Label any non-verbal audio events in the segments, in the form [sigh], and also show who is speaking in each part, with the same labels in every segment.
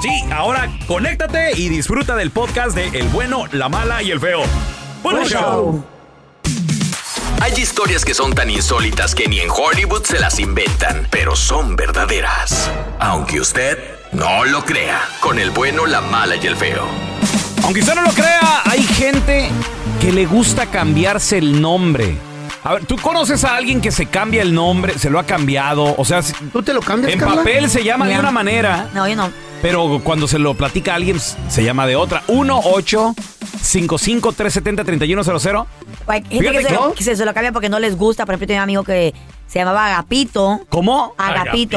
Speaker 1: Sí, ahora conéctate y disfruta del podcast de El bueno, la mala y el feo. Buen show.
Speaker 2: Hay historias que son tan insólitas que ni en Hollywood se las inventan, pero son verdaderas. Aunque usted no lo crea, con el bueno, la mala y el feo.
Speaker 1: Aunque usted no lo crea, hay gente que le gusta cambiarse el nombre. A ver, ¿tú conoces a alguien que se cambia el nombre, se lo ha cambiado? O sea, si-
Speaker 3: ¿Tú te lo cambias,
Speaker 1: en
Speaker 3: Carla?
Speaker 1: papel se llama de
Speaker 4: No.
Speaker 1: una manera.
Speaker 4: No, yo no.
Speaker 1: Pero cuando se lo platica a alguien, s- se llama de otra. 1-8-55-370-3100.
Speaker 4: Hay gente
Speaker 1: Fíjate
Speaker 4: que,
Speaker 1: que
Speaker 4: se,
Speaker 1: no.
Speaker 4: que se- se lo cambia porque no les gusta. Por ejemplo, tenía un amigo que se llamaba Agapito.
Speaker 1: ¿Cómo?
Speaker 4: Agapito,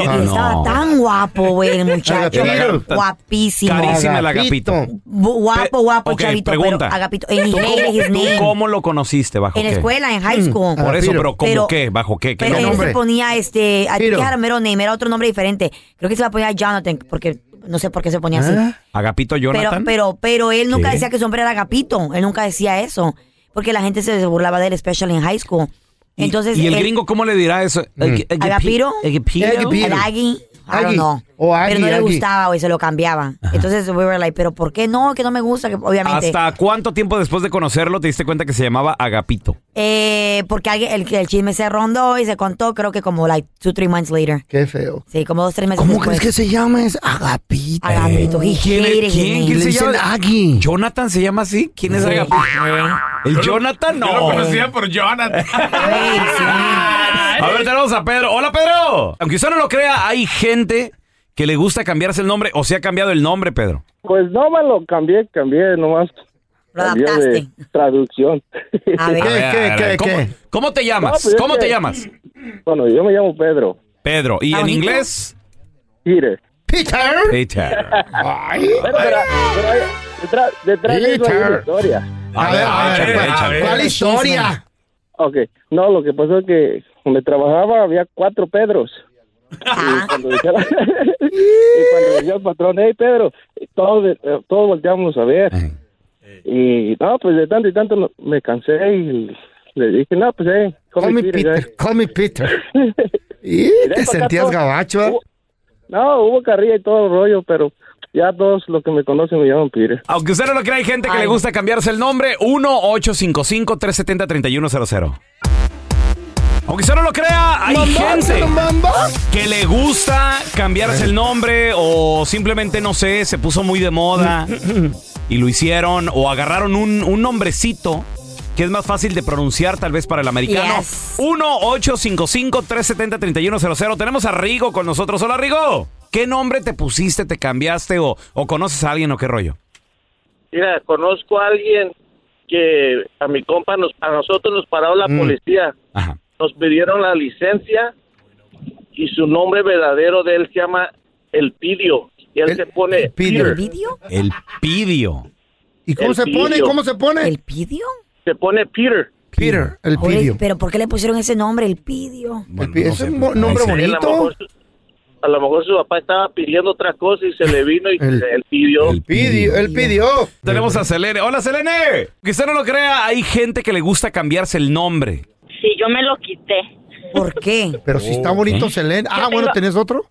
Speaker 1: Agapito, Ah,
Speaker 4: y estaba
Speaker 1: no.
Speaker 4: tan guapo, güey, el muchacho.
Speaker 3: Agapito.
Speaker 4: Guapísimo.
Speaker 1: Carísima la
Speaker 3: Agapito.
Speaker 1: agapito.
Speaker 4: Bu- Guapo,
Speaker 1: Pe-
Speaker 4: guapo,
Speaker 1: ok,
Speaker 4: chavito.
Speaker 1: pregunta.
Speaker 4: Pero Agapito. En
Speaker 1: ¿Tú
Speaker 4: inglés, his
Speaker 1: cómo,
Speaker 4: name.
Speaker 1: tú cómo lo conociste? ¿Bajo
Speaker 4: En
Speaker 1: qué?
Speaker 4: escuela, en high school.
Speaker 1: Por eso,
Speaker 3: Agapiro.
Speaker 1: pero ¿cómo
Speaker 4: Pero-
Speaker 1: qué? ¿Bajo qué? ¿Qué
Speaker 4: Pero él
Speaker 1: nombre?
Speaker 4: se ponía este. A ti
Speaker 3: Pero-
Speaker 4: que era mero name, era otro nombre diferente. Creo que se la ponía Jonathan, porque no sé por qué se ponía así.
Speaker 3: ¿Ah?
Speaker 1: ¿Agapito
Speaker 4: Pero,
Speaker 1: Jonathan?
Speaker 4: pero, pero él nunca
Speaker 1: ¿Qué?
Speaker 4: decía que su nombre era Agapito. Él nunca decía eso. Porque la gente se burlaba de él, especial en high school.
Speaker 1: ¿Y-
Speaker 4: Entonces,
Speaker 1: ¿Y, el
Speaker 4: él-
Speaker 1: gringo eh, cómo le dirá eso? Agapi-
Speaker 4: ¿Agapiro?
Speaker 1: ¿Agapito?
Speaker 3: Agapi-
Speaker 4: El Agui. I don't
Speaker 3: Agui.
Speaker 4: know.
Speaker 3: O
Speaker 4: pero
Speaker 3: Agui,
Speaker 4: no le
Speaker 3: Agui.
Speaker 4: gustaba, güey, se lo cambiaba. Entonces, we were like, ¿pero por qué no? Que no me gusta, que obviamente.
Speaker 1: ¿Hasta cuánto tiempo después de conocerlo te diste cuenta que se llamaba Agapito?
Speaker 4: Eh, porque alguien, el, el chisme se rondó y se contó, creo que como like two, three months later.
Speaker 3: Qué feo.
Speaker 4: Sí, como dos, tres meses
Speaker 3: ¿Cómo
Speaker 4: después.
Speaker 3: crees que se llama? Es Agapito.
Speaker 4: Agapito, he
Speaker 1: ¿Quién es-
Speaker 4: hated his
Speaker 1: quién?
Speaker 4: name.
Speaker 3: Y
Speaker 1: ¿Quién
Speaker 3: le
Speaker 1: se
Speaker 3: dicen
Speaker 1: llama?
Speaker 3: Agui.
Speaker 1: ¿Jonathan se llama así? ¿Quién es
Speaker 4: Sí.
Speaker 1: Agapito? ¿El Jonathan? No.
Speaker 5: Yo lo conocía por Jonathan.
Speaker 4: Güey, sí.
Speaker 1: A ver, tenemos a Pedro. ¡Hola, Pedro! Aunque usted no lo crea, hay gente que le gusta cambiarse el nombre o se ha cambiado el nombre, Pedro.
Speaker 6: Pues no me lo cambié, cambié nomás.
Speaker 4: Lo
Speaker 6: cambié
Speaker 4: adaptaste.
Speaker 6: de traducción.
Speaker 4: A ver.
Speaker 3: ¿Qué, qué, qué,
Speaker 1: ¿cómo,
Speaker 3: qué?
Speaker 1: cómo te llamas?
Speaker 6: No, pues es
Speaker 1: ¿Cómo te
Speaker 6: que-
Speaker 1: llamas?
Speaker 6: bueno, yo me llamo Pedro.
Speaker 1: Pedro. ¿Y
Speaker 4: ¿Está
Speaker 1: en
Speaker 4: bonito?
Speaker 1: inglés?
Speaker 6: Peter.
Speaker 3: Peter.
Speaker 1: Peter.
Speaker 6: Pero, pero, pero hay- detrás, detrás de eso hay una
Speaker 3: Peter.
Speaker 6: historia.
Speaker 1: A ver, a ver,
Speaker 5: échale,
Speaker 1: a ver.
Speaker 3: ¿Cuál historia?
Speaker 6: Ok, no, lo que pasó es que donde trabajaba había cuatro Pedros.
Speaker 5: Ah.
Speaker 6: Y cuando dijeron, [laughs] y cuando decía el patrón, hey Pedro, y todos, de- eh, todos volteamos a ver. Y no, pues de tanto y tanto no- me cansé y le dije, no, pues hey,
Speaker 3: Call
Speaker 6: come
Speaker 3: me
Speaker 1: ¿Eh?
Speaker 6: Peter.
Speaker 3: Peter. Call me Peter.
Speaker 6: ya".
Speaker 3: Y
Speaker 6: Mira,
Speaker 3: te
Speaker 6: pa' acá
Speaker 3: sentías
Speaker 6: todo-
Speaker 3: gabacho, ¿eh?
Speaker 6: Hubo- No, hubo carrilla y todo el rollo, pero ya todos los que me conocen me llaman Peter.
Speaker 1: Aunque usted no lo crea, hay gente que
Speaker 4: Ay.
Speaker 1: le gusta cambiarse el nombre. 1-855-370-3100. Aunque usted no lo crea, hay gente que le gusta cambiarse el nombre o simplemente, no sé, se puso muy de moda y lo hicieron o agarraron un, un nombrecito que es más fácil de pronunciar tal vez para el americano.
Speaker 4: Yes.
Speaker 1: 1-855-370-3100. Tenemos a Rigo con nosotros. Hola, Rigo. ¿Qué nombre te pusiste, te cambiaste o, o conoces a alguien o qué rollo?
Speaker 6: Mira, conozco a alguien que a mi compa, nos, a nosotros nos paró la
Speaker 3: Mm.
Speaker 6: policía.
Speaker 1: Ajá.
Speaker 6: Nos pidieron la licencia y su nombre verdadero de él se llama El Pidio. Y él
Speaker 3: El-
Speaker 6: se pone
Speaker 3: Pidio.
Speaker 4: ¿El
Speaker 6: Peter.
Speaker 4: vídeo?
Speaker 1: El pidio.
Speaker 3: ¿Y cómo
Speaker 6: El
Speaker 3: se pone?
Speaker 6: pillo.
Speaker 3: ¿Cómo se pone?
Speaker 4: ¿El pidio?
Speaker 6: Se pone Peter.
Speaker 3: Peter, el
Speaker 4: Oye,
Speaker 3: pidio.
Speaker 4: ¿Pero por qué le pusieron ese nombre, el pidio?
Speaker 3: El pi- es un bo-
Speaker 1: pues,
Speaker 3: nombre
Speaker 1: ahí se-
Speaker 6: Y A lo,
Speaker 3: ¿Bonito?
Speaker 6: mejor, su- a lo mejor su papá estaba pidiendo otra cosa y se le vino y
Speaker 3: El-
Speaker 6: el, Pidio.
Speaker 1: el
Speaker 3: Pidio, el pidió.
Speaker 1: Tenemos a Selene. Hola, Selene. Que usted no lo crea, hay gente que le gusta cambiarse el nombre.
Speaker 7: Sí, yo me lo quité. ¿Eh?
Speaker 4: ¿Por qué?
Speaker 3: Pero si está bonito, Selene. Ah, bueno, ¿tenés otro?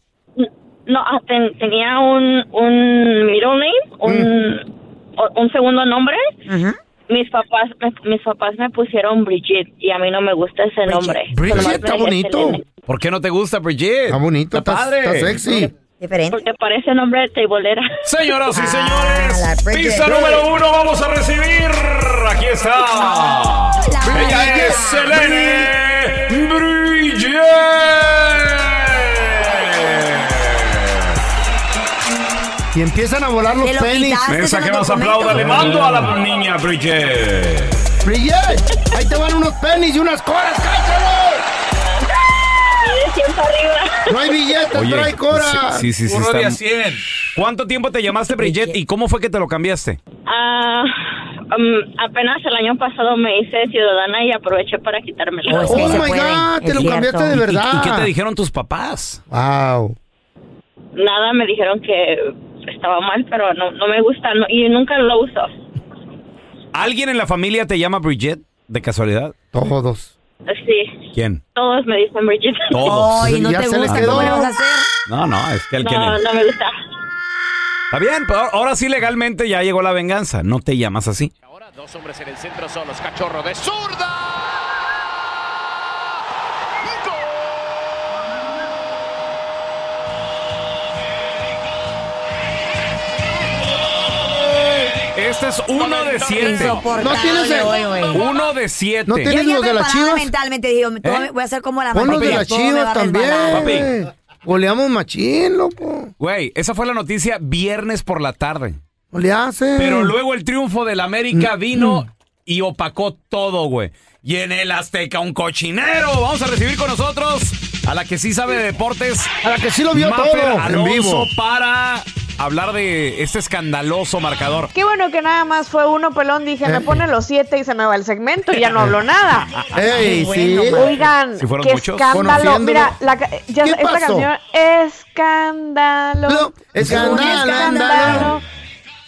Speaker 7: No, ah, ten- tenía un, un middle name, un,
Speaker 3: Mm.
Speaker 7: o- un segundo nombre.
Speaker 4: Ajá.
Speaker 7: Mis papás, me, mis papás me pusieron Brigitte y a mí no me gusta ese nombre.
Speaker 3: Brigitte,
Speaker 7: Nomás me
Speaker 3: está
Speaker 7: dejé
Speaker 3: bonito.
Speaker 7: Selene.
Speaker 1: ¿Por qué no te gusta, Brigitte?
Speaker 3: Está bonito, está,
Speaker 1: padre.
Speaker 3: está sexy.
Speaker 4: Diferente.
Speaker 7: Porque parece nombre de teibolera.
Speaker 1: Señoras y
Speaker 4: Ah,
Speaker 1: señores,
Speaker 4: la Brigitte.
Speaker 1: pista número uno vamos a recibir. Aquí está. Ella es Selene Brigitte.
Speaker 3: Y empiezan a volar los
Speaker 4: Te lo
Speaker 3: penis.
Speaker 4: quitaste,
Speaker 1: Esa
Speaker 4: te
Speaker 1: que
Speaker 4: lo
Speaker 1: más
Speaker 4: comento.
Speaker 1: aplauda le mando a la niña Brigitte.
Speaker 3: Brillet, ahí te van unos penis y unas coras, cállate.
Speaker 7: Siempre arriba.
Speaker 3: No hay billetes, pero hay coras.
Speaker 1: sí, sí, sí,
Speaker 5: Uno de a
Speaker 1: está,
Speaker 5: 100.
Speaker 1: ¿Cuánto tiempo te llamaste Bridget y cómo fue que te lo cambiaste?
Speaker 7: Ah, um, apenas el año pasado me hice ciudadana y aproveché para quitármelo.
Speaker 1: Oh, sí Oh, se my puede, God,
Speaker 3: te es lo cambiaste cierto. de verdad.
Speaker 1: ¿Y, y qué te dijeron tus papás?
Speaker 3: Wow.
Speaker 7: Nada, me dijeron que estaba mal, pero no, no me gusta no- y nunca lo uso.
Speaker 1: ¿Alguien en la familia te llama Bridget de casualidad?
Speaker 3: Todos.
Speaker 7: Sí,
Speaker 1: ¿Quién?
Speaker 7: todos me dicen Bridget.
Speaker 1: Todos. Ay, no Ya te se gusta, les ¿cómo quedó. le vas a
Speaker 4: hacer?
Speaker 1: No, no, es que el que
Speaker 7: No,
Speaker 1: le-
Speaker 7: no me gusta.
Speaker 1: Está bien, pero ahora sí legalmente ya llegó la venganza. No te llamas así.
Speaker 5: Dos hombres en el centro son los cachorros de zurda.
Speaker 1: Este es uno de siete.
Speaker 4: Insoportable No tienes el- hoy, güey.
Speaker 1: Uno de siete.
Speaker 3: No tienes los de las chivas.
Speaker 4: mentalmente digo, me- todo-
Speaker 1: ¿Eh?
Speaker 4: voy a hacer como la
Speaker 3: Pon los de
Speaker 4: mantequilla,
Speaker 3: las
Speaker 4: todo me va
Speaker 3: chivas
Speaker 4: a
Speaker 3: también.
Speaker 4: resbalar.
Speaker 3: güey. Goleamos machín, loco.
Speaker 1: Güey, esa fue la noticia viernes por la tarde.
Speaker 3: No le hace.
Speaker 1: Pero luego el triunfo del
Speaker 3: Mm,
Speaker 1: América vino y opacó todo, güey. Y en el Azteca, un cochinero. Vamos a recibir con nosotros a la que sí sabe de deportes.
Speaker 3: A la que sí lo vio
Speaker 1: Mafer
Speaker 3: todo en
Speaker 1: Alonso
Speaker 3: vivo.
Speaker 1: para hablar de este escandaloso marcador.
Speaker 8: Qué bueno que nada más fue uno pelón, dije,
Speaker 3: Eh.
Speaker 8: me pone los siete y se me va el segmento y ya no hablo nada.
Speaker 3: [laughs] Ey, sí.
Speaker 8: Oigan,
Speaker 1: Si fueron
Speaker 8: qué
Speaker 1: muchos.
Speaker 8: escándalo.
Speaker 3: Conociéndolo.
Speaker 8: Mira, la, ca- ya
Speaker 3: ¿Qué
Speaker 8: esta
Speaker 3: pasó?
Speaker 8: canción, escándalo.
Speaker 3: No, escándalo,
Speaker 8: Un
Speaker 3: escándalo.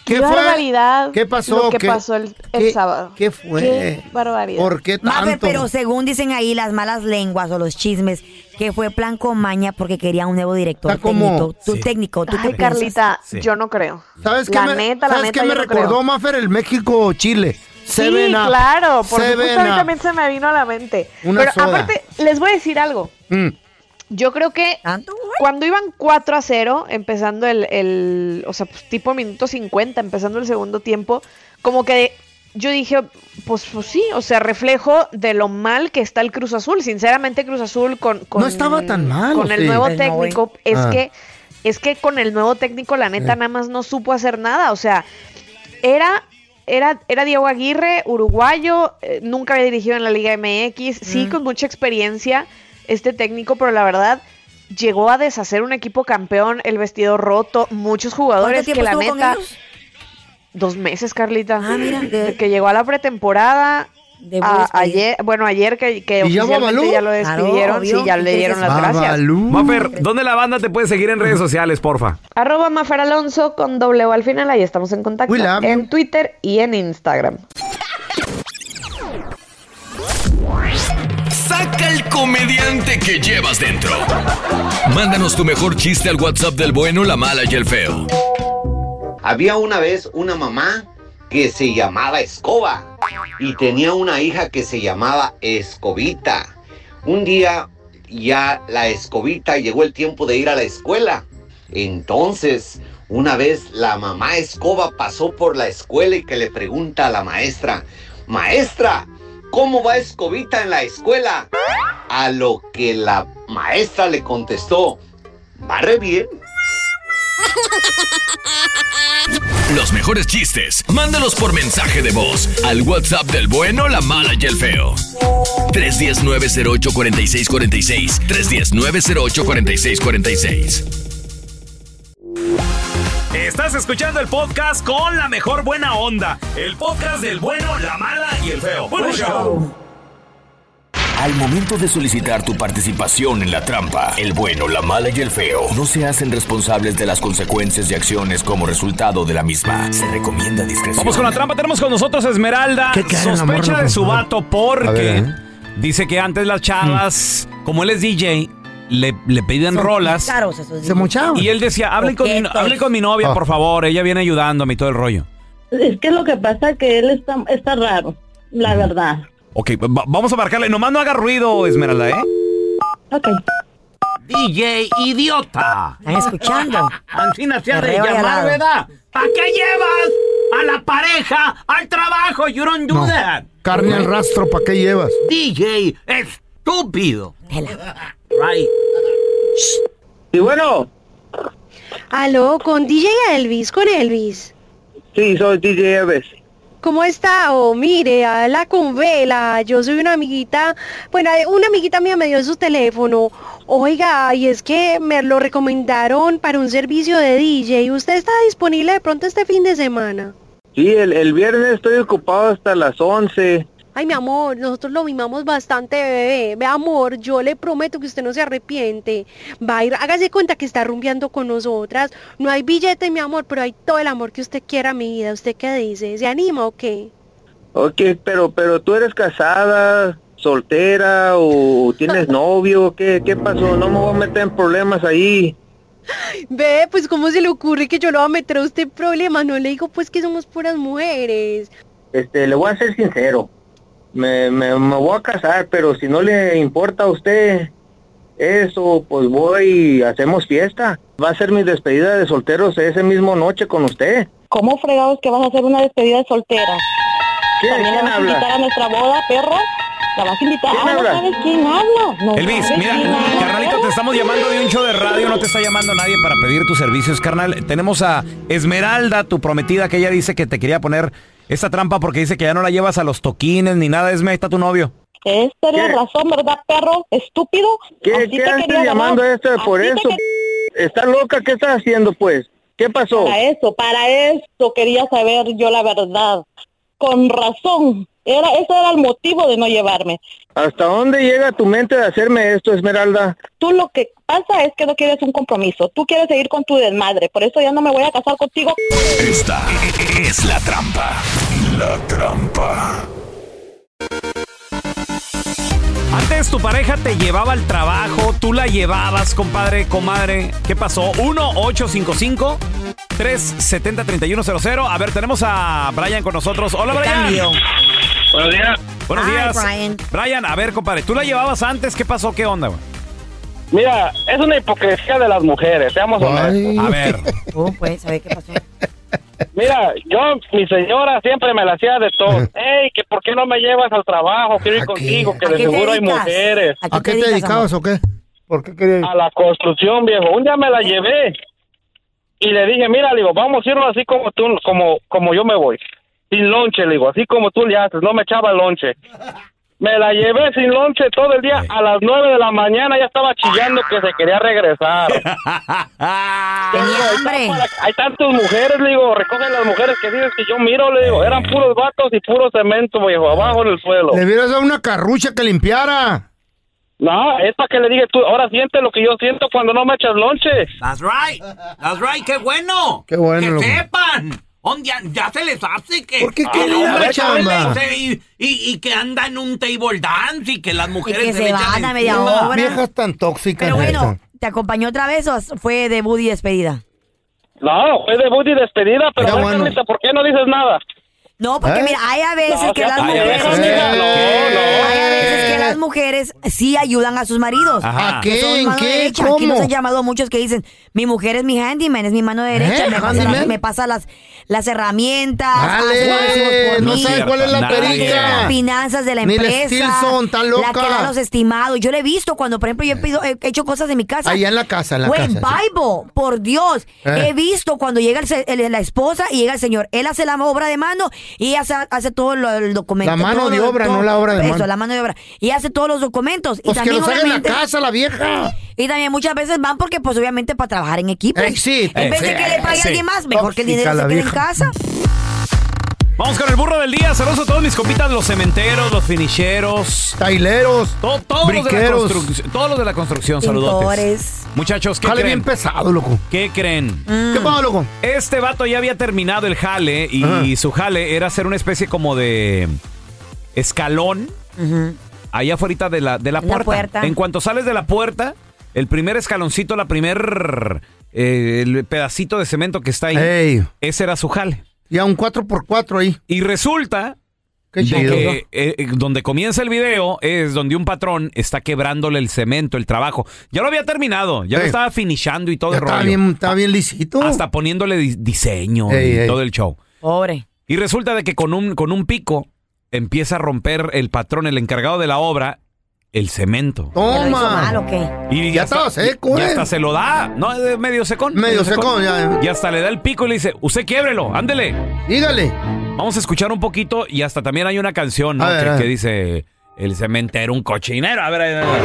Speaker 8: Qué,
Speaker 3: ¿Qué fue?
Speaker 8: barbaridad.
Speaker 3: ¿Qué pasó?
Speaker 8: Lo que
Speaker 3: ¿Qué-
Speaker 8: pasó el, el
Speaker 3: qué-
Speaker 8: sábado.
Speaker 3: qué fue?
Speaker 8: Qué barbaridad.
Speaker 3: Pues, ¿Por qué tanto?
Speaker 4: Mafer, pues, pero según dicen ahí las malas lenguas o los chismes, que fue plan con maña porque quería un nuevo director
Speaker 3: Está como-
Speaker 4: técnico. Tu
Speaker 1: Sí.
Speaker 4: técnico, tú
Speaker 8: Ay,
Speaker 4: qué
Speaker 8: Carlita,
Speaker 1: Sí.
Speaker 8: yo no creo.
Speaker 3: ¿Sabes qué
Speaker 8: La
Speaker 3: me,
Speaker 8: neta, la
Speaker 3: ¿sabes
Speaker 8: neta,
Speaker 3: qué me
Speaker 8: yo no creo.
Speaker 3: recordó, Mafer? El México-Chile.
Speaker 8: sí, claro, por supuesto, a mí
Speaker 3: Up.
Speaker 8: también se me vino a la mente.
Speaker 3: Una
Speaker 8: Pero
Speaker 3: soda.
Speaker 8: aparte, les voy a decir algo.
Speaker 6: [laughs]
Speaker 3: Mm.
Speaker 8: Yo creo que
Speaker 4: ¿Tanto, güey?
Speaker 8: cuando iban 4 a 0, empezando el, el- o sea, pues, tipo minuto 50, empezando el segundo tiempo, como que yo dije, pues, pues sí, o sea, reflejo de lo mal que está el Cruz Azul. Sinceramente, Cruz Azul con, con-
Speaker 3: No estaba tan mal,
Speaker 8: con
Speaker 3: ¿o
Speaker 8: el
Speaker 3: sí?
Speaker 8: nuevo
Speaker 4: Pues no, güey.
Speaker 8: técnico, es
Speaker 3: Ah.
Speaker 8: que es que con el nuevo técnico la neta
Speaker 3: Eh.
Speaker 8: nada más no supo hacer nada, o sea, era era, era Diego Aguirre, uruguayo, eh, nunca había dirigido en la Liga MX, sí, con mucha experiencia este técnico, pero la verdad llegó a deshacer un equipo campeón, el vestido roto, muchos
Speaker 4: ¿Cuánto
Speaker 8: jugadores que
Speaker 4: tiempo
Speaker 8: la
Speaker 4: estuvo con
Speaker 8: neta,
Speaker 4: ellos?
Speaker 8: dos meses, Carlita,
Speaker 4: Ah, mira, de-
Speaker 8: de que llegó a la pretemporada.
Speaker 4: De
Speaker 8: a-
Speaker 4: Boys, pues.
Speaker 8: ayer, bueno, ayer que, que
Speaker 3: ¿Y ya Babalú?
Speaker 8: Eh, oficialmente ya lo
Speaker 4: Claro,
Speaker 8: despidieron,
Speaker 4: obvio,
Speaker 8: sí, ya le
Speaker 4: ¿qué
Speaker 8: dieron
Speaker 4: quieres?
Speaker 8: las gracias.
Speaker 3: Babalú.
Speaker 1: Mafer, ¿dónde la banda te puede seguir en redes sociales, porfa?
Speaker 8: Arroba Mafer Alonso con W al final, ahí estamos en contacto.
Speaker 3: We love you.
Speaker 8: En Twitter y en Instagram.
Speaker 2: Saca el comediante que llevas dentro. Mándanos tu mejor chiste al WhatsApp del bueno, la mala y el feo.
Speaker 9: Había una vez una mamá que se llamaba Escoba y tenía una hija que se llamaba Escobita. Un día ya la Escobita llegó el tiempo de ir a la escuela. Entonces, una vez la mamá Escoba pasó por la escuela y que le pregunta a la maestra, maestra, ¿cómo va Escobita en la escuela? A lo que la maestra le contestó, va re bien.
Speaker 2: Los mejores chistes, mándalos por mensaje de voz al WhatsApp del bueno, la mala y el feo. 319-08-4646. 319-08-4646.
Speaker 1: Estás escuchando el podcast con la mejor buena onda. El podcast del bueno, la mala y el feo. Bueno,
Speaker 2: Al momento de solicitar tu participación en la trampa, el bueno, la mala y el feo no se hacen responsables de las consecuencias y acciones como resultado de la misma. Se recomienda discreción.
Speaker 1: Vamos con la trampa. Tenemos con nosotros a Esmeralda.
Speaker 3: ¿Qué cara,
Speaker 1: Sospecha
Speaker 3: amor,
Speaker 1: de su
Speaker 3: por favor?
Speaker 1: vato porque
Speaker 3: A ver, ¿eh? Mm.
Speaker 1: dice que antes las chavas, como él es DJ, le, le pedían rolas.
Speaker 4: Caros esos
Speaker 3: Se
Speaker 4: días.
Speaker 3: mochaba.
Speaker 1: Y él decía, hablen con, mi, no-
Speaker 4: Coquetos.
Speaker 1: hablen con mi novia,
Speaker 3: Ah.
Speaker 1: por favor. Ella viene ayudándome y todo el rollo.
Speaker 10: Es que lo que pasa es que él está, está raro, la verdad.
Speaker 1: Ok, va- vamos a marcarle. Nomás no haga ruido, Esmeralda, ¿eh?
Speaker 10: Ok.
Speaker 1: DJ idiota.
Speaker 4: ¿Están escuchando?
Speaker 1: Antina te ha de
Speaker 4: Correo de al
Speaker 1: llamar,
Speaker 4: lado.
Speaker 1: ¿verdad? ¿Para qué llevas a la pareja al trabajo? You don't do
Speaker 3: No.
Speaker 1: that.
Speaker 3: Carne al rastro, ¿para qué llevas?
Speaker 1: DJ estúpido.
Speaker 4: Tela.
Speaker 1: Right.
Speaker 10: Y bueno,
Speaker 11: Aló, con DJ Elvis, con Elvis.
Speaker 10: sí, soy DJ Elvis.
Speaker 11: ¿Cómo está? Oh, mire, a la convela, yo soy una amiguita, bueno, eh, una amiguita mía me dio su teléfono, oiga, y es que me lo recomendaron para un servicio de DJ, ¿usted está disponible de pronto este fin de semana?
Speaker 12: Sí, el, el viernes estoy ocupado hasta las 11.
Speaker 11: Ay, mi amor, nosotros lo mimamos bastante, bebé. Ve, amor, yo le prometo que usted no se arrepiente. Va a ir, hágase cuenta que está rumbeando con nosotras. No hay billete, mi amor, pero hay todo el amor que usted quiera, mi vida. ¿Usted qué dice? ¿Se anima o qué?
Speaker 12: Ok, pero, pero tú eres casada, soltera o tienes novio, ¿qué, qué pasó? No me voy a meter en problemas ahí.
Speaker 11: Ve, pues cómo se le ocurre que yo lo voy a meter a usted en problemas. No le digo pues que somos puras mujeres.
Speaker 12: Este, le voy a ser sincero. Me, me, me voy a casar, pero si no le importa a usted eso, pues voy y hacemos fiesta. Va a ser mi despedida de solteros esa misma noche con usted.
Speaker 10: ¿Cómo fregados que vas a hacer una despedida de soltera?
Speaker 12: ¿Quién-
Speaker 10: También la
Speaker 12: quién
Speaker 10: vas a
Speaker 12: habla?
Speaker 10: invitar a nuestra boda, perro. La vas a invitar.
Speaker 12: ¿Quién
Speaker 10: Ah,
Speaker 12: habla?
Speaker 10: ¿no sabes quién habla? No
Speaker 1: Elvis,
Speaker 10: sabes
Speaker 1: mira,
Speaker 10: quién habla.
Speaker 1: carnalito, te estamos llamando de un show de radio, no te está llamando nadie para pedir tus servicios, carnal. Tenemos a Esmeralda, tu prometida, que ella dice que te quería poner esta trampa porque dice que ya no la llevas a los toquines ni nada. Esme, ahí está tu novio.
Speaker 10: Esta es la razón, ¿verdad, perro? Estúpido.
Speaker 12: ¿Qué,
Speaker 10: Así
Speaker 12: qué
Speaker 10: te
Speaker 12: andas
Speaker 10: quería
Speaker 12: llamando
Speaker 10: llamar.
Speaker 12: a esto por
Speaker 10: Así te
Speaker 12: eso? ¿Está loca? ¿Qué estás haciendo, pues? ¿Qué pasó?
Speaker 10: Para eso, para eso quería saber yo la verdad. Con razón. Era, ese era el motivo de no llevarme.
Speaker 12: ¿Hasta dónde llega tu mente de hacerme esto, Esmeralda?
Speaker 10: Tú lo que pasa es que no quieres un compromiso. Tú quieres seguir con tu desmadre. Por eso ya no me voy a casar contigo.
Speaker 2: Esta es la trampa. La trampa.
Speaker 1: Antes tu pareja te llevaba al trabajo, tú la llevabas, compadre, comadre. ¿Qué pasó? 1-855-370-3100. A ver, tenemos a Brian con nosotros. Hola,
Speaker 4: Te
Speaker 1: Brian.
Speaker 4: cambio.
Speaker 1: Buenos días. Buenos
Speaker 4: Hi,
Speaker 1: días.
Speaker 4: Brian.
Speaker 1: Brian, a ver, compadre, tú la llevabas antes. ¿Qué pasó? ¿Qué onda, güey?
Speaker 13: Mira, es una hipocresía de las mujeres, seamos honestos.
Speaker 1: A
Speaker 13: [laughs]
Speaker 1: ver.
Speaker 4: Oh, pues, a ver qué pasó.
Speaker 13: Mira, yo, mi señora siempre me la hacía de
Speaker 3: [laughs]
Speaker 13: todo. Ey, que por qué no me llevas al trabajo, quiero ir contigo, que
Speaker 3: ¿A
Speaker 13: de
Speaker 3: qué te
Speaker 13: seguro hay
Speaker 3: dedicas?
Speaker 13: mujeres.
Speaker 3: ¿A qué te dedicabas o qué? ¿Por qué querías?
Speaker 13: A la construcción, viejo. Un día me la llevé y le dije, mira, le digo, vamos a irnos así como tú, como, como yo me voy. Sin lonche, le digo, así como tú le haces, no me echaba el lonche. Me la llevé sin lonche todo el día. A las nueve de la mañana ya estaba chillando que se quería regresar.
Speaker 4: hambre.
Speaker 13: Hay tantas mujeres, le digo, recogen las mujeres que dices que yo miro, le digo, "Eh". eran puros vatos y puro cemento, viejo, abajo en el suelo.
Speaker 3: Le hubieras dado una carrucha que limpiara.
Speaker 13: No, es para que le dije tú, ahora siente lo que yo siento cuando no me echas lonche.
Speaker 1: That's right. That's right. Qué bueno.
Speaker 3: Qué bueno, loco.
Speaker 1: Que sepan. On- Ya, ya se les hace que.
Speaker 3: qué
Speaker 1: que
Speaker 3: quieren
Speaker 1: el hombre
Speaker 3: la chamba?
Speaker 1: se- Y, y- y que anda en un table dance y que las mujeres
Speaker 4: que se
Speaker 1: le echan
Speaker 4: van a
Speaker 1: encima.
Speaker 4: media hora.
Speaker 3: Viejas tan tóxicas.
Speaker 4: Pero bueno,
Speaker 3: neta.
Speaker 4: ¿te acompañó otra vez o fue debut y despedida?
Speaker 13: No, fue debut y despedida, pero a ver, Carlita, ¿por qué no dices nada?
Speaker 4: No,
Speaker 3: ¿Eh?
Speaker 4: porque mira, hay a veces
Speaker 13: No,
Speaker 4: que
Speaker 13: ya
Speaker 4: las
Speaker 13: cállate,
Speaker 4: mujeres...
Speaker 13: amiga, no, no.
Speaker 4: Hay a veces que las mujeres sí ayudan a sus maridos.
Speaker 13: Ajá.
Speaker 3: Eh. ¿A
Speaker 4: Que
Speaker 3: qué?
Speaker 4: son
Speaker 3: ¿En
Speaker 4: mano
Speaker 3: qué?
Speaker 4: derecha. Aquí
Speaker 3: ¿Cómo?
Speaker 4: nos han llamado muchos que dicen, mi mujer es mi handyman, es mi mano derecha,
Speaker 3: ¿Eh?
Speaker 4: me, pasa
Speaker 3: ¿Handyman?
Speaker 4: las, me pasa las, las herramientas.
Speaker 3: Dale,
Speaker 4: hace negocios por
Speaker 3: no
Speaker 4: mí.
Speaker 3: sabe cuál es la
Speaker 4: Las
Speaker 3: perica.
Speaker 4: finanzas de la
Speaker 3: Ni la
Speaker 4: empresa.
Speaker 3: Stilson, tan loca.
Speaker 4: La que da los estimados. Yo lo he visto cuando, por ejemplo, yo he, pedido- he hecho cosas de mi casa.
Speaker 3: Allá en la casa, en la
Speaker 4: Güey,
Speaker 3: casa, sí.
Speaker 4: Bible, por Dios.
Speaker 3: Eh.
Speaker 4: He visto cuando llega el se- el- la esposa y llega el señor. Él hace la obra de mano y ella hace, hace todo lo- el documento.
Speaker 3: La mano
Speaker 4: todo
Speaker 3: de
Speaker 4: el-
Speaker 3: obra,
Speaker 4: todo-
Speaker 3: no la obra de
Speaker 4: eso,
Speaker 3: mano.
Speaker 4: la mano de obra. Y hace todos los documentos.
Speaker 3: Pues
Speaker 4: y
Speaker 3: que
Speaker 4: también,
Speaker 3: los haga en la
Speaker 4: obviamente-
Speaker 3: casa, la vieja.
Speaker 4: Y también muchas veces van porque, pues obviamente, para trabajar en equipo.
Speaker 3: Eh, sí,
Speaker 4: en vez
Speaker 3: sí,
Speaker 4: de que le pague
Speaker 3: sí.
Speaker 4: alguien más, mejor que el
Speaker 1: Tóxica
Speaker 4: dinero se
Speaker 1: la
Speaker 4: quede en
Speaker 1: vieja.
Speaker 4: casa.
Speaker 1: Vamos con el burro del día. Saludos a todos mis compitas, los cementeros, los finicheros.
Speaker 3: Taileros.
Speaker 1: todos, los de la
Speaker 3: briqueros.
Speaker 1: construc- todos los de la construcción, saludotes.
Speaker 4: Pintores.
Speaker 1: Muchachos, ¿qué
Speaker 3: Jale
Speaker 1: creen?
Speaker 3: bien pesado, loco.
Speaker 1: ¿Qué creen?
Speaker 3: Mm. ¿Qué pasa, loco?
Speaker 1: Este vato ya había terminado el jale y
Speaker 3: Ajá.
Speaker 1: su jale era hacer una especie como de escalón allá afuera de la, de la,
Speaker 4: La
Speaker 1: puerta.
Speaker 4: puerta.
Speaker 1: En cuanto sales de la puerta, el primer escaloncito, la primer eh, el pedacito de cemento que está ahí,
Speaker 3: Ey.
Speaker 1: ese era su jale.
Speaker 3: Ya un 4x4 ahí.
Speaker 1: Y resulta
Speaker 3: Qué
Speaker 1: de
Speaker 3: chido.
Speaker 1: que, eh, eh, donde comienza el video es donde un patrón está quebrándole el cemento, el trabajo. Ya lo había terminado, ya lo
Speaker 3: Sí.
Speaker 1: estaba finishando y todo
Speaker 3: Ya
Speaker 1: el rollo.
Speaker 3: estaba bien, estaba bien lisito.
Speaker 1: Hasta poniéndole di- diseño
Speaker 3: Ey,
Speaker 1: y
Speaker 3: ey.
Speaker 1: todo el show.
Speaker 4: Pobre.
Speaker 1: Y resulta de que con un, con un pico empieza a romper el patrón, el encargado de la obra, el cemento.
Speaker 4: ¿Te lo hizo mal o qué?
Speaker 1: Y
Speaker 3: Ya estaba
Speaker 1: hasta-
Speaker 3: seco,
Speaker 1: y- y
Speaker 3: eh.
Speaker 1: hasta se lo da. No, es de medio secón.
Speaker 3: Medio secón, ya.
Speaker 1: Y hasta le da el pico y le dice, usted quiebrelo, ándele.
Speaker 3: Dígale.
Speaker 1: Vamos a escuchar un poquito y hasta también hay una canción, ¿no?
Speaker 3: A ver,
Speaker 1: que,
Speaker 3: a ver.
Speaker 1: que dice, el cementero un cochinero. A ver, a ver, a ver.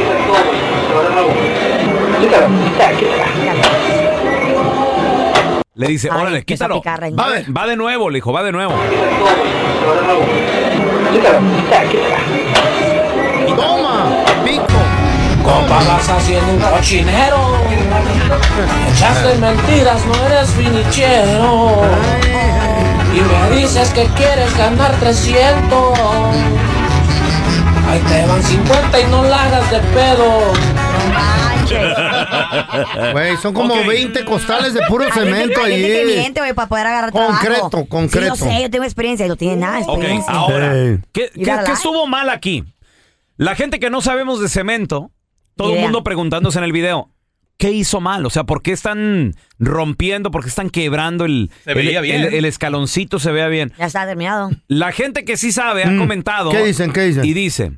Speaker 1: Le dice, órale, quítalo. Va de, va de nuevo, le dijo, va de nuevo.
Speaker 3: Toma, pico.
Speaker 14: Compa, vas haciendo un cochinero. Echaste mentiras, no eres finichero. Y me dices que quieres ganar 300. Ahí te van 50 y no la hagas de
Speaker 1: [laughs]
Speaker 14: pedo.
Speaker 3: Güey, son como 20 costales de puro cemento
Speaker 4: Hay gente que
Speaker 3: ahí.
Speaker 4: miente, güey, para poder agarrar
Speaker 3: Concreto,
Speaker 4: trabajo.
Speaker 3: concreto.
Speaker 4: Sí, yo sé, yo tengo experiencia, no tiene nada de
Speaker 1: Ok,
Speaker 4: Ah, experiencia.
Speaker 1: ahora, ¿qué,
Speaker 4: Ir
Speaker 1: qué-
Speaker 4: a la
Speaker 1: qué
Speaker 4: live.
Speaker 1: estuvo mal aquí? La gente que no sabemos de cemento, todo el
Speaker 4: Idea.
Speaker 1: mundo preguntándose en el video, ¿qué hizo mal? O sea, ¿por qué están rompiendo? ¿Por qué están quebrando el,
Speaker 4: Se
Speaker 1: el-
Speaker 4: veía
Speaker 1: el-
Speaker 4: bien.
Speaker 1: el escaloncito? Se vea bien.
Speaker 4: Ya está terminado.
Speaker 1: La gente que sí sabe ha comentado.
Speaker 3: Mm. ¿Qué dicen? ¿Qué dicen?
Speaker 1: Y dice,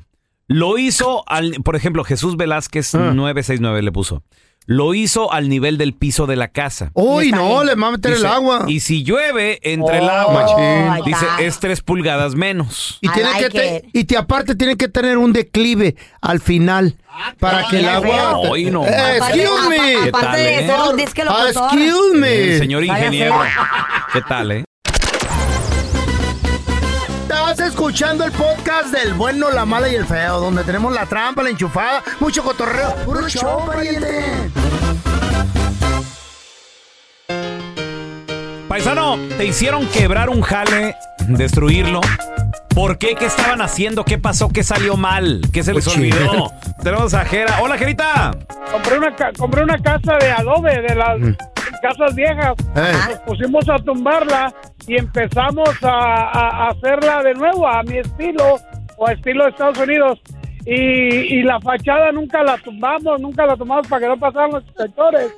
Speaker 1: lo hizo al, por ejemplo, Jesús Velázquez
Speaker 3: Ah.
Speaker 1: 969 le puso. Lo hizo al nivel del piso de la casa.
Speaker 3: Uy, no, le va a meter el
Speaker 1: Dice,
Speaker 3: agua.
Speaker 1: Y si llueve, entre el
Speaker 3: Oh,
Speaker 1: agua.
Speaker 3: machín.
Speaker 1: Dice,
Speaker 3: Ahí está.
Speaker 1: es tres pulgadas menos.
Speaker 3: Y, tiene que te- y te- aparte tiene que tener un declive al final para que el agua...
Speaker 1: Ah, Ay, no.
Speaker 3: Eh, excuse me.
Speaker 1: ¿Qué tal, eh?
Speaker 3: Ah, Excuse me.
Speaker 1: El señor ingeniero. ¿Qué tal, eh?
Speaker 3: Estás escuchando el podcast del bueno, la mala y el feo, donde tenemos la trampa, la enchufada, mucho cotorreo. ¡Puro show, pariente!
Speaker 1: Paisano, te hicieron quebrar un jale, destruirlo. ¿Por qué? ¿Qué estaban haciendo? ¿Qué pasó? ¿Qué salió mal? ¿Qué se les
Speaker 15: Oye.
Speaker 1: olvidó? Tenemos a Jera. Hola, Jerita.
Speaker 15: Compré una, ca- compré una casa de adobe, de las casas viejas. Nos pusimos a tumbarla y empezamos a, a- a hacerla de nuevo a mi estilo o a estilo de Estados Unidos. Y, y la fachada nunca la tumbamos, nunca la tumbamos para que no pasaran los inspectores.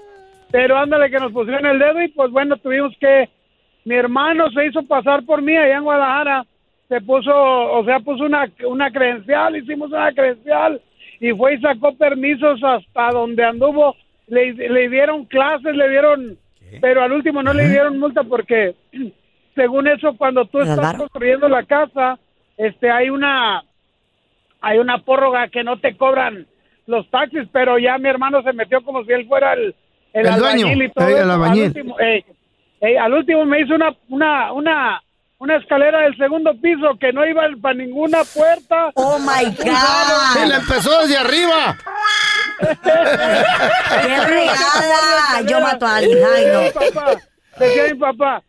Speaker 15: Pero ándale que nos pusieron el dedo y pues bueno, tuvimos que... Mi hermano se hizo pasar por mí allá en Guadalajara. Se puso, o sea, puso una, una credencial, hicimos una credencial y fue y sacó permisos hasta donde anduvo. Le, le dieron clases, le dieron, pero al último no le dieron multa porque, [clears throat] según eso, cuando tú estás
Speaker 4: Claro.
Speaker 15: construyendo la casa, este, hay una, hay una prórroga que no te cobran los taxis, pero ya mi hermano se metió como si él fuera el, el,
Speaker 3: El dueño,
Speaker 15: albañil y todo.
Speaker 3: eh, el
Speaker 15: eso. Al
Speaker 3: albañil.
Speaker 15: último, eh, eh, al último me hizo una, una, una, una escalera del segundo piso que no iba para ninguna puerta.
Speaker 4: Oh my
Speaker 3: Se la empezó desde
Speaker 15: [laughs]
Speaker 3: arriba.
Speaker 4: ¡Qué regada! Yo mato a alguien. Ay, no.
Speaker 15: Decía mi papá, decía mi papá,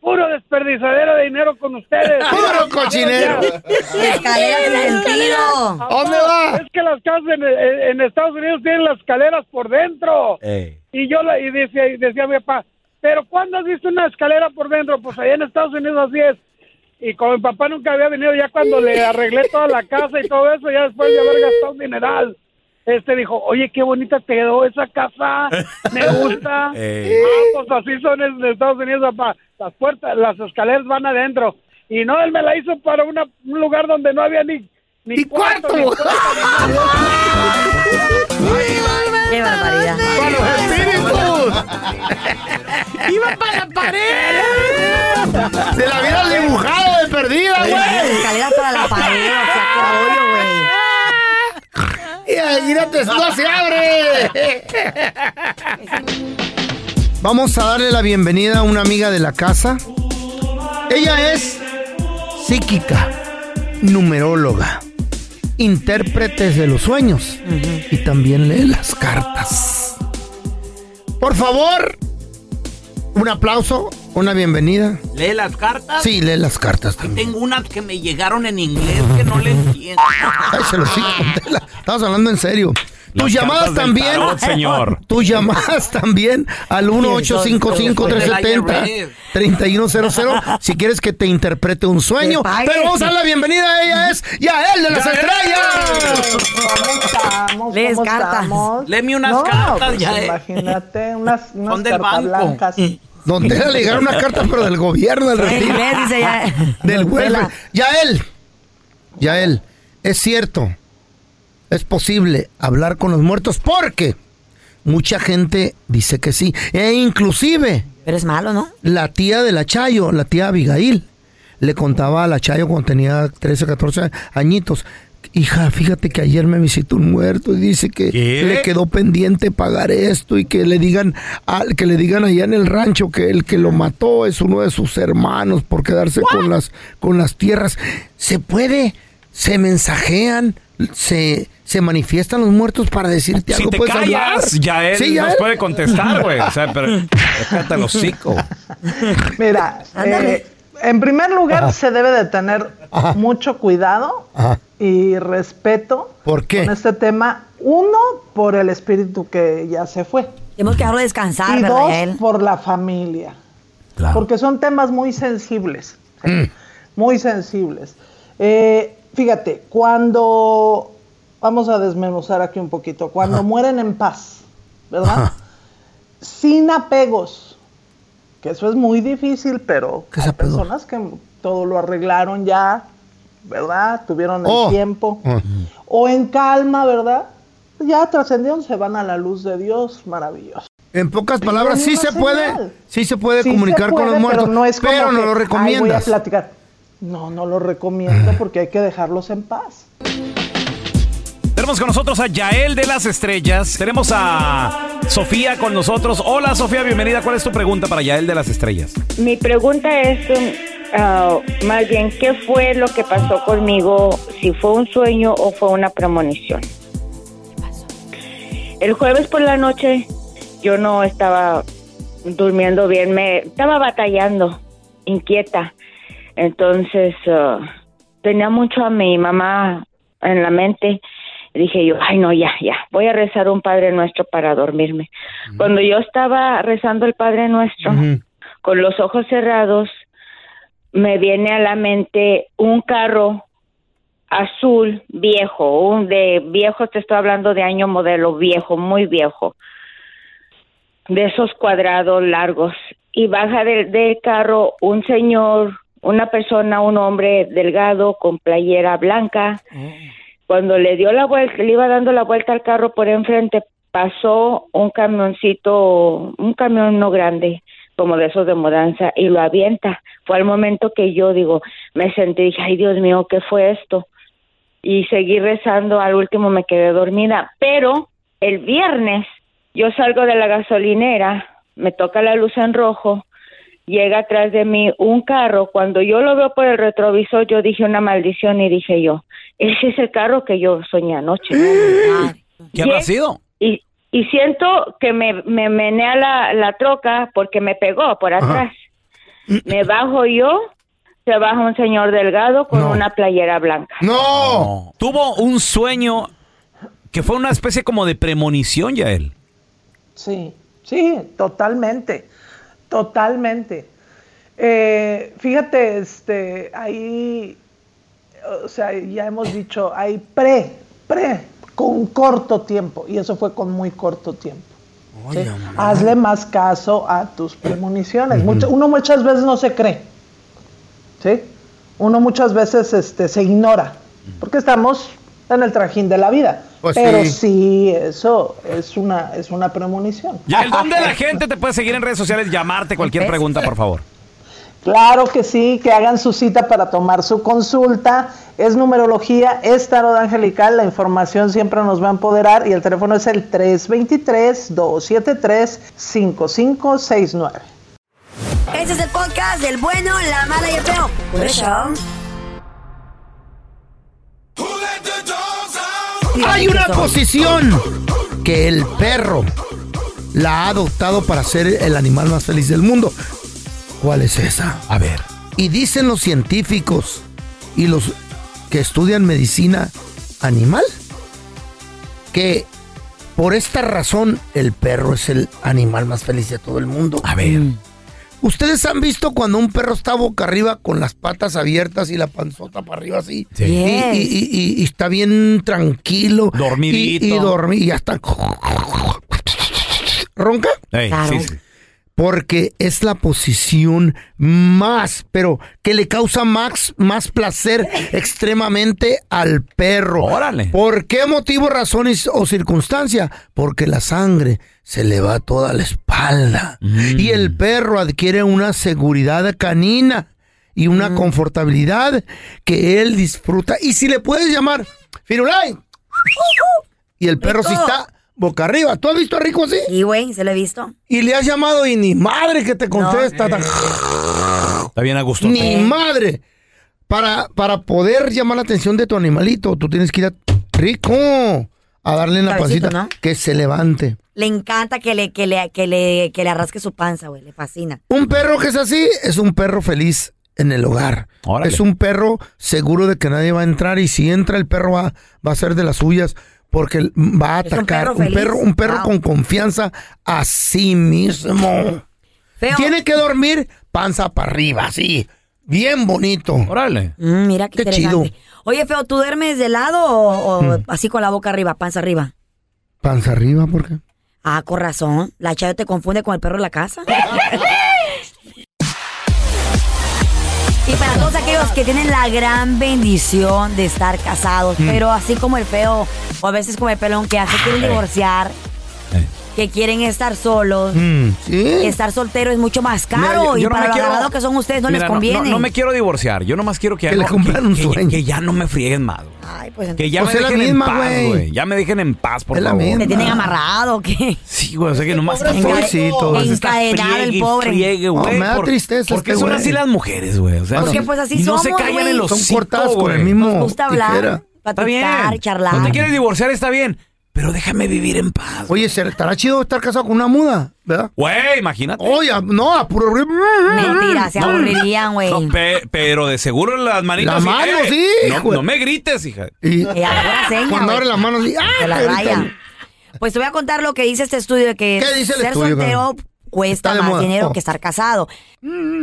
Speaker 15: puro desperdiciadero de dinero con ustedes.
Speaker 3: [laughs] Puro cochinero.
Speaker 4: Escaleras sin sentido.
Speaker 15: ¿Dónde va? Es que las casas en, en Estados Unidos tienen las escaleras por dentro. Y yo la, y decía, y decía mi papá, pero ¿cuándo has visto una escalera por dentro? Pues allá en Estados Unidos así es. Y como mi papá nunca había venido, ya cuando le arreglé toda la casa y todo eso, ya después de haber gastado un dineral, este dijo, oye, qué bonita te quedó esa casa, me gusta.
Speaker 1: Ey.
Speaker 15: Ah, pues así son en Estados Unidos, papá. Las puertas, las escaleras van adentro. Y no, él me la hizo para una, un lugar donde no había ni... Ni, cuarto. ni puerta, ni nada.
Speaker 4: ¡Qué barbaridad!
Speaker 3: ¡Para los espíritus!
Speaker 4: ¡Iba para la pared!
Speaker 3: Se la hubieran dibujado de perdida, güey.
Speaker 4: Escaleras para la pared, o sea, qué rollo, güey.
Speaker 3: Y ahí, mírate, no se abre. Vamos a darle la bienvenida a una amiga de la casa. Ella es psíquica, numeróloga, intérprete de los sueños y también lee las cartas. Por favor, un aplauso, una bienvenida.
Speaker 14: ¿Lee las cartas?
Speaker 3: Sí, lee las cartas también.
Speaker 14: Tengo unas que me llegaron en inglés que no le entiendo.
Speaker 3: Ay, se lo sigo, Tela. Estamos hablando en serio. Tus
Speaker 1: Las
Speaker 3: llamadas
Speaker 1: cartas del
Speaker 3: también.
Speaker 1: tarot, señor.
Speaker 3: [laughs] Tus llamadas también al 1-855-370-3100. Si quieres que te interprete un sueño.
Speaker 14: Que pague.
Speaker 3: Pero vamos a darle la bienvenida a ella. Es Yael de las
Speaker 14: Yael.
Speaker 3: estrellas.
Speaker 4: Lees cartas.
Speaker 14: Léeme unas
Speaker 16: No,
Speaker 14: cartas,
Speaker 16: pues,
Speaker 14: ya. eh.
Speaker 16: Imagínate
Speaker 14: [laughs]
Speaker 16: unas, unas
Speaker 14: Son del
Speaker 16: cartas
Speaker 14: banco.
Speaker 16: blancas.
Speaker 3: Don Tela le llegaron unas cartas, pero del gobierno, del
Speaker 16: En
Speaker 3: retiro.
Speaker 16: inglés, dice Yael.
Speaker 3: [laughs] Del
Speaker 16: Don Tela.
Speaker 3: welfare. Yael. Yael, es cierto es posible hablar con los muertos porque mucha gente dice que sí. E inclusive...
Speaker 4: Pero es malo, ¿no?
Speaker 3: La tía de la Chayo, la tía Abigail, le contaba a la Chayo cuando tenía 13, 14 añitos. Hija, fíjate que ayer me visitó un muerto y dice que le quedó pendiente pagar esto y que le digan al que le digan allá en el rancho que el que lo mató es uno de sus hermanos por quedarse con las con las tierras. Se puede, se mensajean, se se manifiestan los muertos para decirte
Speaker 1: Si
Speaker 3: algo
Speaker 1: te
Speaker 3: puedes hablar.
Speaker 1: callas, ya él
Speaker 3: Sí, ya
Speaker 1: nos
Speaker 3: él.
Speaker 1: puede contestar, güey. O sea, pero. Cállate el hocico.
Speaker 16: Mira, eh, en primer lugar se debe de tener mucho cuidado y respeto
Speaker 3: ¿Por qué?
Speaker 16: con este tema. Uno, por el espíritu que ya se fue.
Speaker 4: Tenemos que dejarlo descansar,
Speaker 16: y
Speaker 4: ¿verdad,
Speaker 16: dos,
Speaker 4: Yael?
Speaker 16: por la familia. Porque son temas muy sensibles.
Speaker 3: Mm.
Speaker 16: Muy sensibles. Eh, fíjate, cuando... Vamos a desmenuzar aquí un poquito. Cuando mueren en paz, ¿verdad? Sin apegos. Que eso es muy difícil, pero hay personas que todo lo arreglaron ya, ¿verdad? Tuvieron el
Speaker 3: Oh.
Speaker 16: tiempo.
Speaker 3: Ujú.
Speaker 16: O en calma, ¿verdad? Ya trascendieron, se van a la luz de Dios, maravilloso.
Speaker 3: [laughs] En pocas palabras,
Speaker 16: Pero
Speaker 3: sí
Speaker 16: no
Speaker 3: se
Speaker 16: hace
Speaker 3: puede,
Speaker 16: mal.
Speaker 3: sí se puede
Speaker 16: Sí
Speaker 3: comunicar
Speaker 16: se
Speaker 3: con
Speaker 16: puede,
Speaker 3: los muertos,
Speaker 16: Pero
Speaker 3: pero
Speaker 16: no, es como
Speaker 3: no
Speaker 16: que,
Speaker 3: lo
Speaker 16: "Ay, voy a
Speaker 3: recomiendas.
Speaker 16: platicar. No, no lo recomiendo porque hay que dejarlos en paz.
Speaker 1: Tenemos con nosotros a Yael de las Estrellas. Tenemos a Sofía con nosotros. Hola, Sofía, bienvenida. ¿Cuál es tu pregunta para Yael de las Estrellas?
Speaker 17: Mi pregunta es, um, ah, más bien, ¿qué fue lo que pasó conmigo? Si fue un sueño o fue una premonición. El jueves por la noche yo no estaba durmiendo bien, me estaba batallando, inquieta. Entonces ah, tenía mucho a mi mamá en la mente. Dije yo, ay no, ya, ya, voy a rezar un Padre Nuestro para dormirme. Cuando yo estaba rezando el Padre Nuestro, con los ojos cerrados, me viene a la mente un carro azul viejo, un de viejo, te estoy hablando de año modelo viejo, muy viejo, de esos cuadrados largos. Y baja del, del carro un señor, una persona, un hombre delgado con playera blanca. Cuando le dio la vuelta, le iba dando la vuelta al carro por enfrente, pasó un camioncito, un camión no grande, como de esos de mudanza, y lo avienta. Fue al momento que yo digo, me senté y dije, ay Dios mío, ¿qué fue esto? Y seguí rezando, al último me quedé dormida. Pero el viernes yo salgo de la gasolinera, me toca la luz en rojo, llega atrás de mí un carro. Cuando yo lo veo por el retrovisor, yo dije una maldición y dije yo, ese es el carro que yo soñé anoche.
Speaker 1: ¿Qué habrá
Speaker 17: Lle-
Speaker 1: sido?
Speaker 17: Y, y siento que me, me menea la, la troca porque me pegó por atrás. Me bajo yo, se baja un señor delgado con una playera blanca.
Speaker 1: No. Tuvo un sueño que fue una especie como de premonición, Yael.
Speaker 16: Sí, sí, totalmente, totalmente. Eh, fíjate, este, ahí, o sea, ya hemos dicho, hay pre, pre, con corto tiempo, y eso fue con muy corto tiempo. ¿sí? Hazle más caso a tus premoniciones. Mucha- uno muchas veces no se cree, ¿sí? Uno muchas veces este, se ignora, porque estamos en el trajín de la vida.
Speaker 1: Pues
Speaker 16: Pero
Speaker 1: sí.
Speaker 16: sí. eso es una, es una premonición.
Speaker 1: Yael, ¿dónde la gente te puede seguir en redes sociales? Llamarte cualquier pregunta, por favor.
Speaker 16: Claro que sí, que hagan su cita para tomar su consulta. Es numerología, es tarot angelical, la información siempre nos va a empoderar y el teléfono es el 323-273-5569.
Speaker 4: Este es el podcast del bueno, la mala y el feo. Por eso.
Speaker 3: Hay una posición que el perro la ha adoptado para ser el animal más feliz del mundo. ¿Cuál es esa?
Speaker 1: A ver.
Speaker 3: Y dicen los científicos y los que estudian medicina animal que por esta razón el perro es el animal más feliz de todo el mundo. A
Speaker 1: ver.
Speaker 3: ¿Ustedes han visto cuando un perro está boca arriba con las patas abiertas y la panzota para arriba así?
Speaker 1: Sí.
Speaker 3: Y,
Speaker 1: Yes.
Speaker 3: y- y- y- y está bien tranquilo.
Speaker 1: Dormidito.
Speaker 3: Y, y dormi- y ya está. ¿Ronca?
Speaker 1: Ey,
Speaker 3: Claro.
Speaker 1: sí, sí.
Speaker 3: porque es la posición más, pero que le causa más, más placer extremadamente al perro.
Speaker 1: Órale.
Speaker 3: ¿Por qué motivo, razones o circunstancia? Porque la sangre se le va toda a la espalda y
Speaker 1: Mm.
Speaker 3: el perro adquiere una seguridad canina y una confortabilidad que él disfruta. Y si le puedes llamar, Firulai. Y el perro si
Speaker 4: Rico.
Speaker 3: está boca arriba. ¿Tú has visto a Rico así?
Speaker 4: Sí, güey, se lo he visto.
Speaker 3: Y le has llamado y ni madre que te contesta. tan-
Speaker 1: Está bien a gusto.
Speaker 3: Ni madre. Para, para poder llamar la atención de tu animalito, tú tienes que ir a Rico a darle en la
Speaker 4: Cabecito,
Speaker 3: pancita
Speaker 4: ¿no?
Speaker 3: que se levante.
Speaker 4: Le encanta que le, que le, que le, que le arrasque su panza, güey. Le fascina.
Speaker 3: Un perro que es así es un perro feliz en el hogar.
Speaker 1: Órale.
Speaker 3: Es un perro seguro de que nadie va a entrar y si entra el perro va, va a ser de las suyas porque va a
Speaker 4: Es un
Speaker 3: atacar.
Speaker 4: perro
Speaker 3: Un
Speaker 4: feliz.
Speaker 3: perro, un perro
Speaker 4: Wow.
Speaker 3: con confianza a sí mismo. Tiene que dormir panza para arriba, así. Bien bonito.
Speaker 1: Órale.
Speaker 4: Mm, mira qué,
Speaker 3: chido.
Speaker 4: interesante. Oye, feo, ¿tú duermes de lado o, o
Speaker 3: Mm.
Speaker 4: así con la boca arriba, panza arriba?
Speaker 3: Panza arriba, ¿por qué?
Speaker 4: Ah, con razón. La chayo te confunde con el perro de
Speaker 1: [laughs]
Speaker 4: la casa. Y para todos aquellos que tienen la gran bendición de estar casados,
Speaker 1: Mm. Ah,
Speaker 4: pero así como el feo, o a veces como el pelón que hace, quieren
Speaker 1: Ay.
Speaker 4: divorciar, que quieren estar solos,
Speaker 1: Eh. Mm, sí.
Speaker 4: que estar soltero es mucho más caro
Speaker 1: Mira, yo-
Speaker 4: y
Speaker 1: yo no
Speaker 4: para
Speaker 1: me
Speaker 4: lo
Speaker 1: quiero-
Speaker 4: agarrado que son ustedes no
Speaker 1: Mira,
Speaker 4: les conviene.
Speaker 1: No, me quiero divorciar. Yo nomás quiero que,
Speaker 3: Que
Speaker 1: ya
Speaker 3: le
Speaker 1: no-
Speaker 3: compren
Speaker 1: que-
Speaker 3: un
Speaker 1: que-
Speaker 3: sueño.
Speaker 1: Que ya no me frieguen más. güey.
Speaker 4: Ay, pues
Speaker 1: Que ya
Speaker 3: Pues
Speaker 1: me
Speaker 3: es la
Speaker 1: dejen
Speaker 3: misma,
Speaker 1: en paz,
Speaker 3: güey.
Speaker 1: güey. Ya me dejen en paz, por
Speaker 3: Es la
Speaker 1: favor.
Speaker 3: misma.
Speaker 4: ¿Te tienen amarrado o qué?
Speaker 1: Sí, güey, o sea que nomás
Speaker 4: Pobre pobrecito. Encadenado el pobre.
Speaker 1: güey,
Speaker 3: No, me da
Speaker 1: por-
Speaker 3: tristeza
Speaker 1: Porque
Speaker 3: este
Speaker 1: son
Speaker 3: güey.
Speaker 1: así las mujeres, güey. O sea,
Speaker 4: Porque
Speaker 1: no-
Speaker 4: pues así
Speaker 1: y no se
Speaker 4: somos,
Speaker 1: callan
Speaker 4: güey.
Speaker 1: en los
Speaker 4: Son
Speaker 3: cortadas con el mismo
Speaker 4: Nos gusta hablar,
Speaker 3: tijera.
Speaker 1: Está bien.
Speaker 4: platicar, charlar.
Speaker 1: No te quieres divorciar, está bien. Pero déjame vivir en paz.
Speaker 3: Oye, ¿se- ¿estará chido estar casado con una muda? ¿Verdad?
Speaker 1: Güey, imagínate.
Speaker 3: Oye, no, a puro...
Speaker 4: Mentira, se
Speaker 1: No.
Speaker 4: aburrirían, güey.
Speaker 1: No, pe- pero de seguro las manitas. eh,
Speaker 3: Las manos, sí,
Speaker 1: No,
Speaker 3: güey.
Speaker 1: no me grites, hija.
Speaker 3: Y-
Speaker 4: Y Eh, a pura
Speaker 3: [laughs]
Speaker 4: seña,
Speaker 3: Cuando
Speaker 4: güey.
Speaker 3: abre las manos y... ¡Ah!
Speaker 4: Te la
Speaker 3: te gritan.
Speaker 4: raya. Pues te voy a contar lo que dice este estudio de que
Speaker 3: ¿Qué dice el
Speaker 4: ser
Speaker 3: estudio,
Speaker 4: soltero
Speaker 3: cabrón?
Speaker 4: cuesta
Speaker 3: Está de
Speaker 4: más
Speaker 3: moda.
Speaker 4: dinero
Speaker 3: Oh. Mm.
Speaker 4: que estar casado.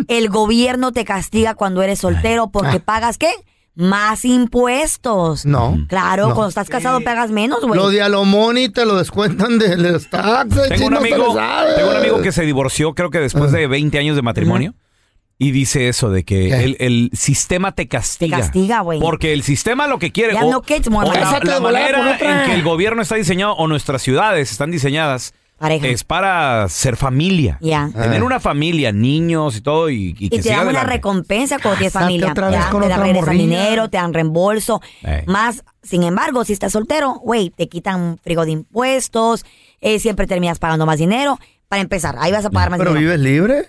Speaker 4: El gobierno te castiga cuando eres soltero porque pagas qué? Más impuestos.
Speaker 3: Ah. No.
Speaker 4: Claro,
Speaker 3: No.
Speaker 4: cuando estás casado pagas menos, güey.
Speaker 3: Lo de Alomoni te lo descuentan de los taxes. [laughs]
Speaker 1: Tengo un,
Speaker 3: chino, te lo
Speaker 1: amigo,
Speaker 3: sabes.
Speaker 1: tengo un amigo que se divorció, creo que después de 20 años de matrimonio. Y dice eso de que el, el sistema te castiga.
Speaker 4: Te castiga, güey.
Speaker 1: Porque el sistema lo que quiere.
Speaker 4: Ya
Speaker 1: o-
Speaker 4: no kids, morra.
Speaker 1: o la,
Speaker 4: Cásate
Speaker 1: la
Speaker 4: de volada con
Speaker 1: manera
Speaker 4: otra.
Speaker 1: en que el gobierno está diseñado o nuestras ciudades están diseñadas
Speaker 4: Pareja.
Speaker 1: es para ser familia.
Speaker 4: Ya.
Speaker 1: Tener una familia, niños y todo. Y, y que
Speaker 4: Y te dan
Speaker 1: siga
Speaker 4: una
Speaker 1: adelante.
Speaker 4: recompensa cuando tienes
Speaker 1: Cásate
Speaker 4: familia.
Speaker 1: otra vez
Speaker 4: Ya,
Speaker 1: con
Speaker 4: te dan
Speaker 1: otra
Speaker 4: regresan
Speaker 1: morrilla.
Speaker 4: dinero, te dan reembolso.
Speaker 1: Ey.
Speaker 4: Más, sin embargo, si estás soltero, güey, te quitan un frigo de impuestos, eh, siempre terminas pagando más dinero. Para empezar, ahí vas a pagar más
Speaker 3: ¿Pero
Speaker 4: dinero.
Speaker 3: vives libre?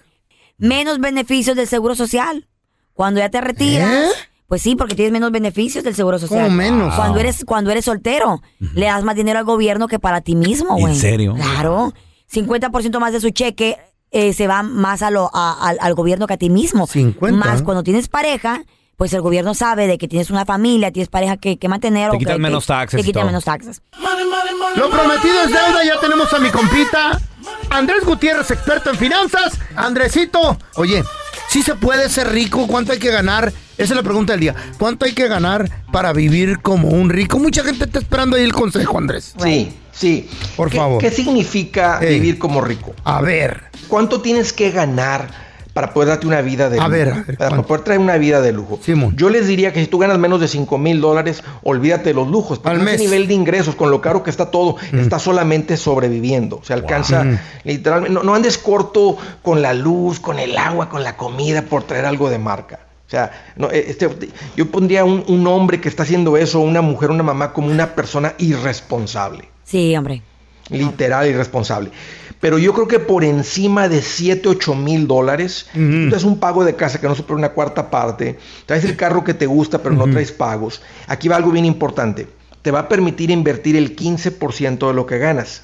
Speaker 4: Menos beneficios del seguro social. Cuando ya te retiras, pues sí, porque tienes menos beneficios del seguro social.
Speaker 3: ¿Eh? ¿Cómo menos?
Speaker 4: Cuando
Speaker 3: Wow.
Speaker 4: eres, cuando eres soltero, le das más dinero al gobierno que para ti mismo,
Speaker 1: ¿En
Speaker 4: güey.
Speaker 1: serio?
Speaker 4: Claro. 50% más de su cheque eh, se va más a lo, a- al- al gobierno que a ti mismo.
Speaker 3: 50.
Speaker 4: Más cuando tienes pareja, pues el gobierno sabe de que tienes una familia, tienes pareja que, que mantener.
Speaker 1: Te
Speaker 4: o que-
Speaker 1: quitan
Speaker 4: que-
Speaker 1: menos taxes
Speaker 4: Te
Speaker 1: y
Speaker 4: quitan
Speaker 1: todo.
Speaker 4: menos taxes.
Speaker 3: Lo prometido es deuda, ya tenemos a mi compita Andrés Gutiérrez, experto en finanzas. Andresito, oye, si se puede ser rico? ¿Cuánto hay que ganar? Esa es la pregunta del día. ¿Cuánto hay que ganar para vivir como un rico? Mucha gente está esperando ahí el consejo, Andrés.
Speaker 18: Sí, sí.
Speaker 3: Por
Speaker 18: ¿Qué-
Speaker 3: favor.
Speaker 18: ¿Qué significa
Speaker 3: Eh.
Speaker 18: vivir como rico?
Speaker 3: A ver.
Speaker 18: ¿Cuánto tienes que ganar para poder darte una vida de
Speaker 3: A
Speaker 18: lujo?
Speaker 3: ver, a ver,
Speaker 18: para poder traer una vida de lujo. Yo les diría que si tú ganas menos de 5 mil dólares, olvídate de los lujos. Al
Speaker 3: mes.
Speaker 18: nivel de ingresos, con lo caro que está todo, está solamente sobreviviendo. Se alcanza
Speaker 3: Mm.
Speaker 18: literalmente. No, no andes corto con la luz, con el agua, con la comida por traer algo de marca. O sea, no, eh, este, yo pondría un, un hombre que está haciendo eso, una mujer, una mamá, como una persona irresponsable.
Speaker 4: Sí, hombre.
Speaker 18: Literal irresponsable. Pero yo creo que por encima de 7, 8 mil dólares, tú es un pago de casa que no supera una cuarta parte, traes el carro que te gusta pero no traes pagos. Aquí va algo bien importante. Te va a permitir invertir el 15% de lo que ganas.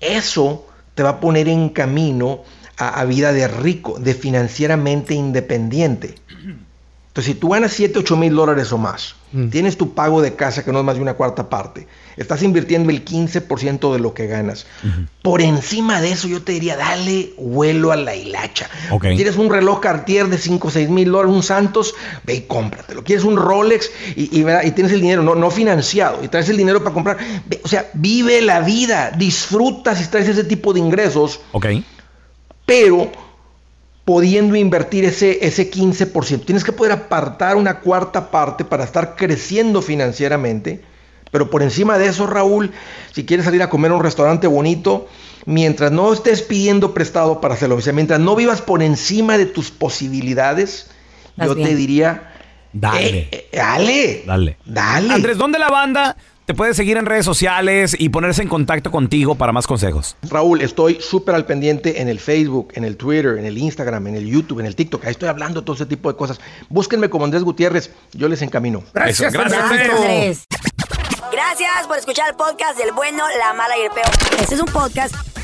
Speaker 18: Eso te va a poner en camino a, a vida de rico, de financieramente independiente. Entonces, si tú ganas 7, 8 mil dólares o más, tienes tu pago de casa que no es más de una cuarta parte, estás invirtiendo el 15% de lo que ganas. Por encima de eso, yo te diría, dale vuelo a la hilacha.
Speaker 1: Ok.
Speaker 18: Quieres un reloj Cartier de 5, 6 mil dólares, un Santos, ve y cómpratelo. Quieres un Rolex y, y, ¿verdad? y tienes el dinero, no, no financiado, y traes el dinero para comprar. Ve, o sea, vive la vida, disfruta si traes ese tipo de ingresos.
Speaker 1: Ok.
Speaker 18: pero pudiendo invertir ese, ese 15%. Tienes que poder apartar una cuarta parte para estar creciendo financieramente. Pero por encima de eso, Raúl, si quieres salir a comer a un restaurante bonito, mientras no estés pidiendo prestado para hacerlo, o sea, mientras no vivas por encima de tus posibilidades,
Speaker 1: Estás
Speaker 18: yo te
Speaker 1: bien.
Speaker 18: diría,
Speaker 1: Dale.
Speaker 18: eh, dale,
Speaker 1: Dale.
Speaker 18: dale.
Speaker 1: Andrés, ¿dónde la banda te puede seguir en redes sociales y ponerse en contacto contigo para más consejos?
Speaker 18: Raúl, estoy súper al pendiente en el Facebook, en el Twitter, en el Instagram, en el YouTube, en el TikTok. Ahí estoy hablando todo ese tipo de cosas. Búsquenme como Andrés Gutiérrez, yo les encamino.
Speaker 1: Gracias, Eso, gracias, Andrés. Andrés.
Speaker 4: Gracias por escuchar el podcast del bueno, la mala y el peor. Este es un podcast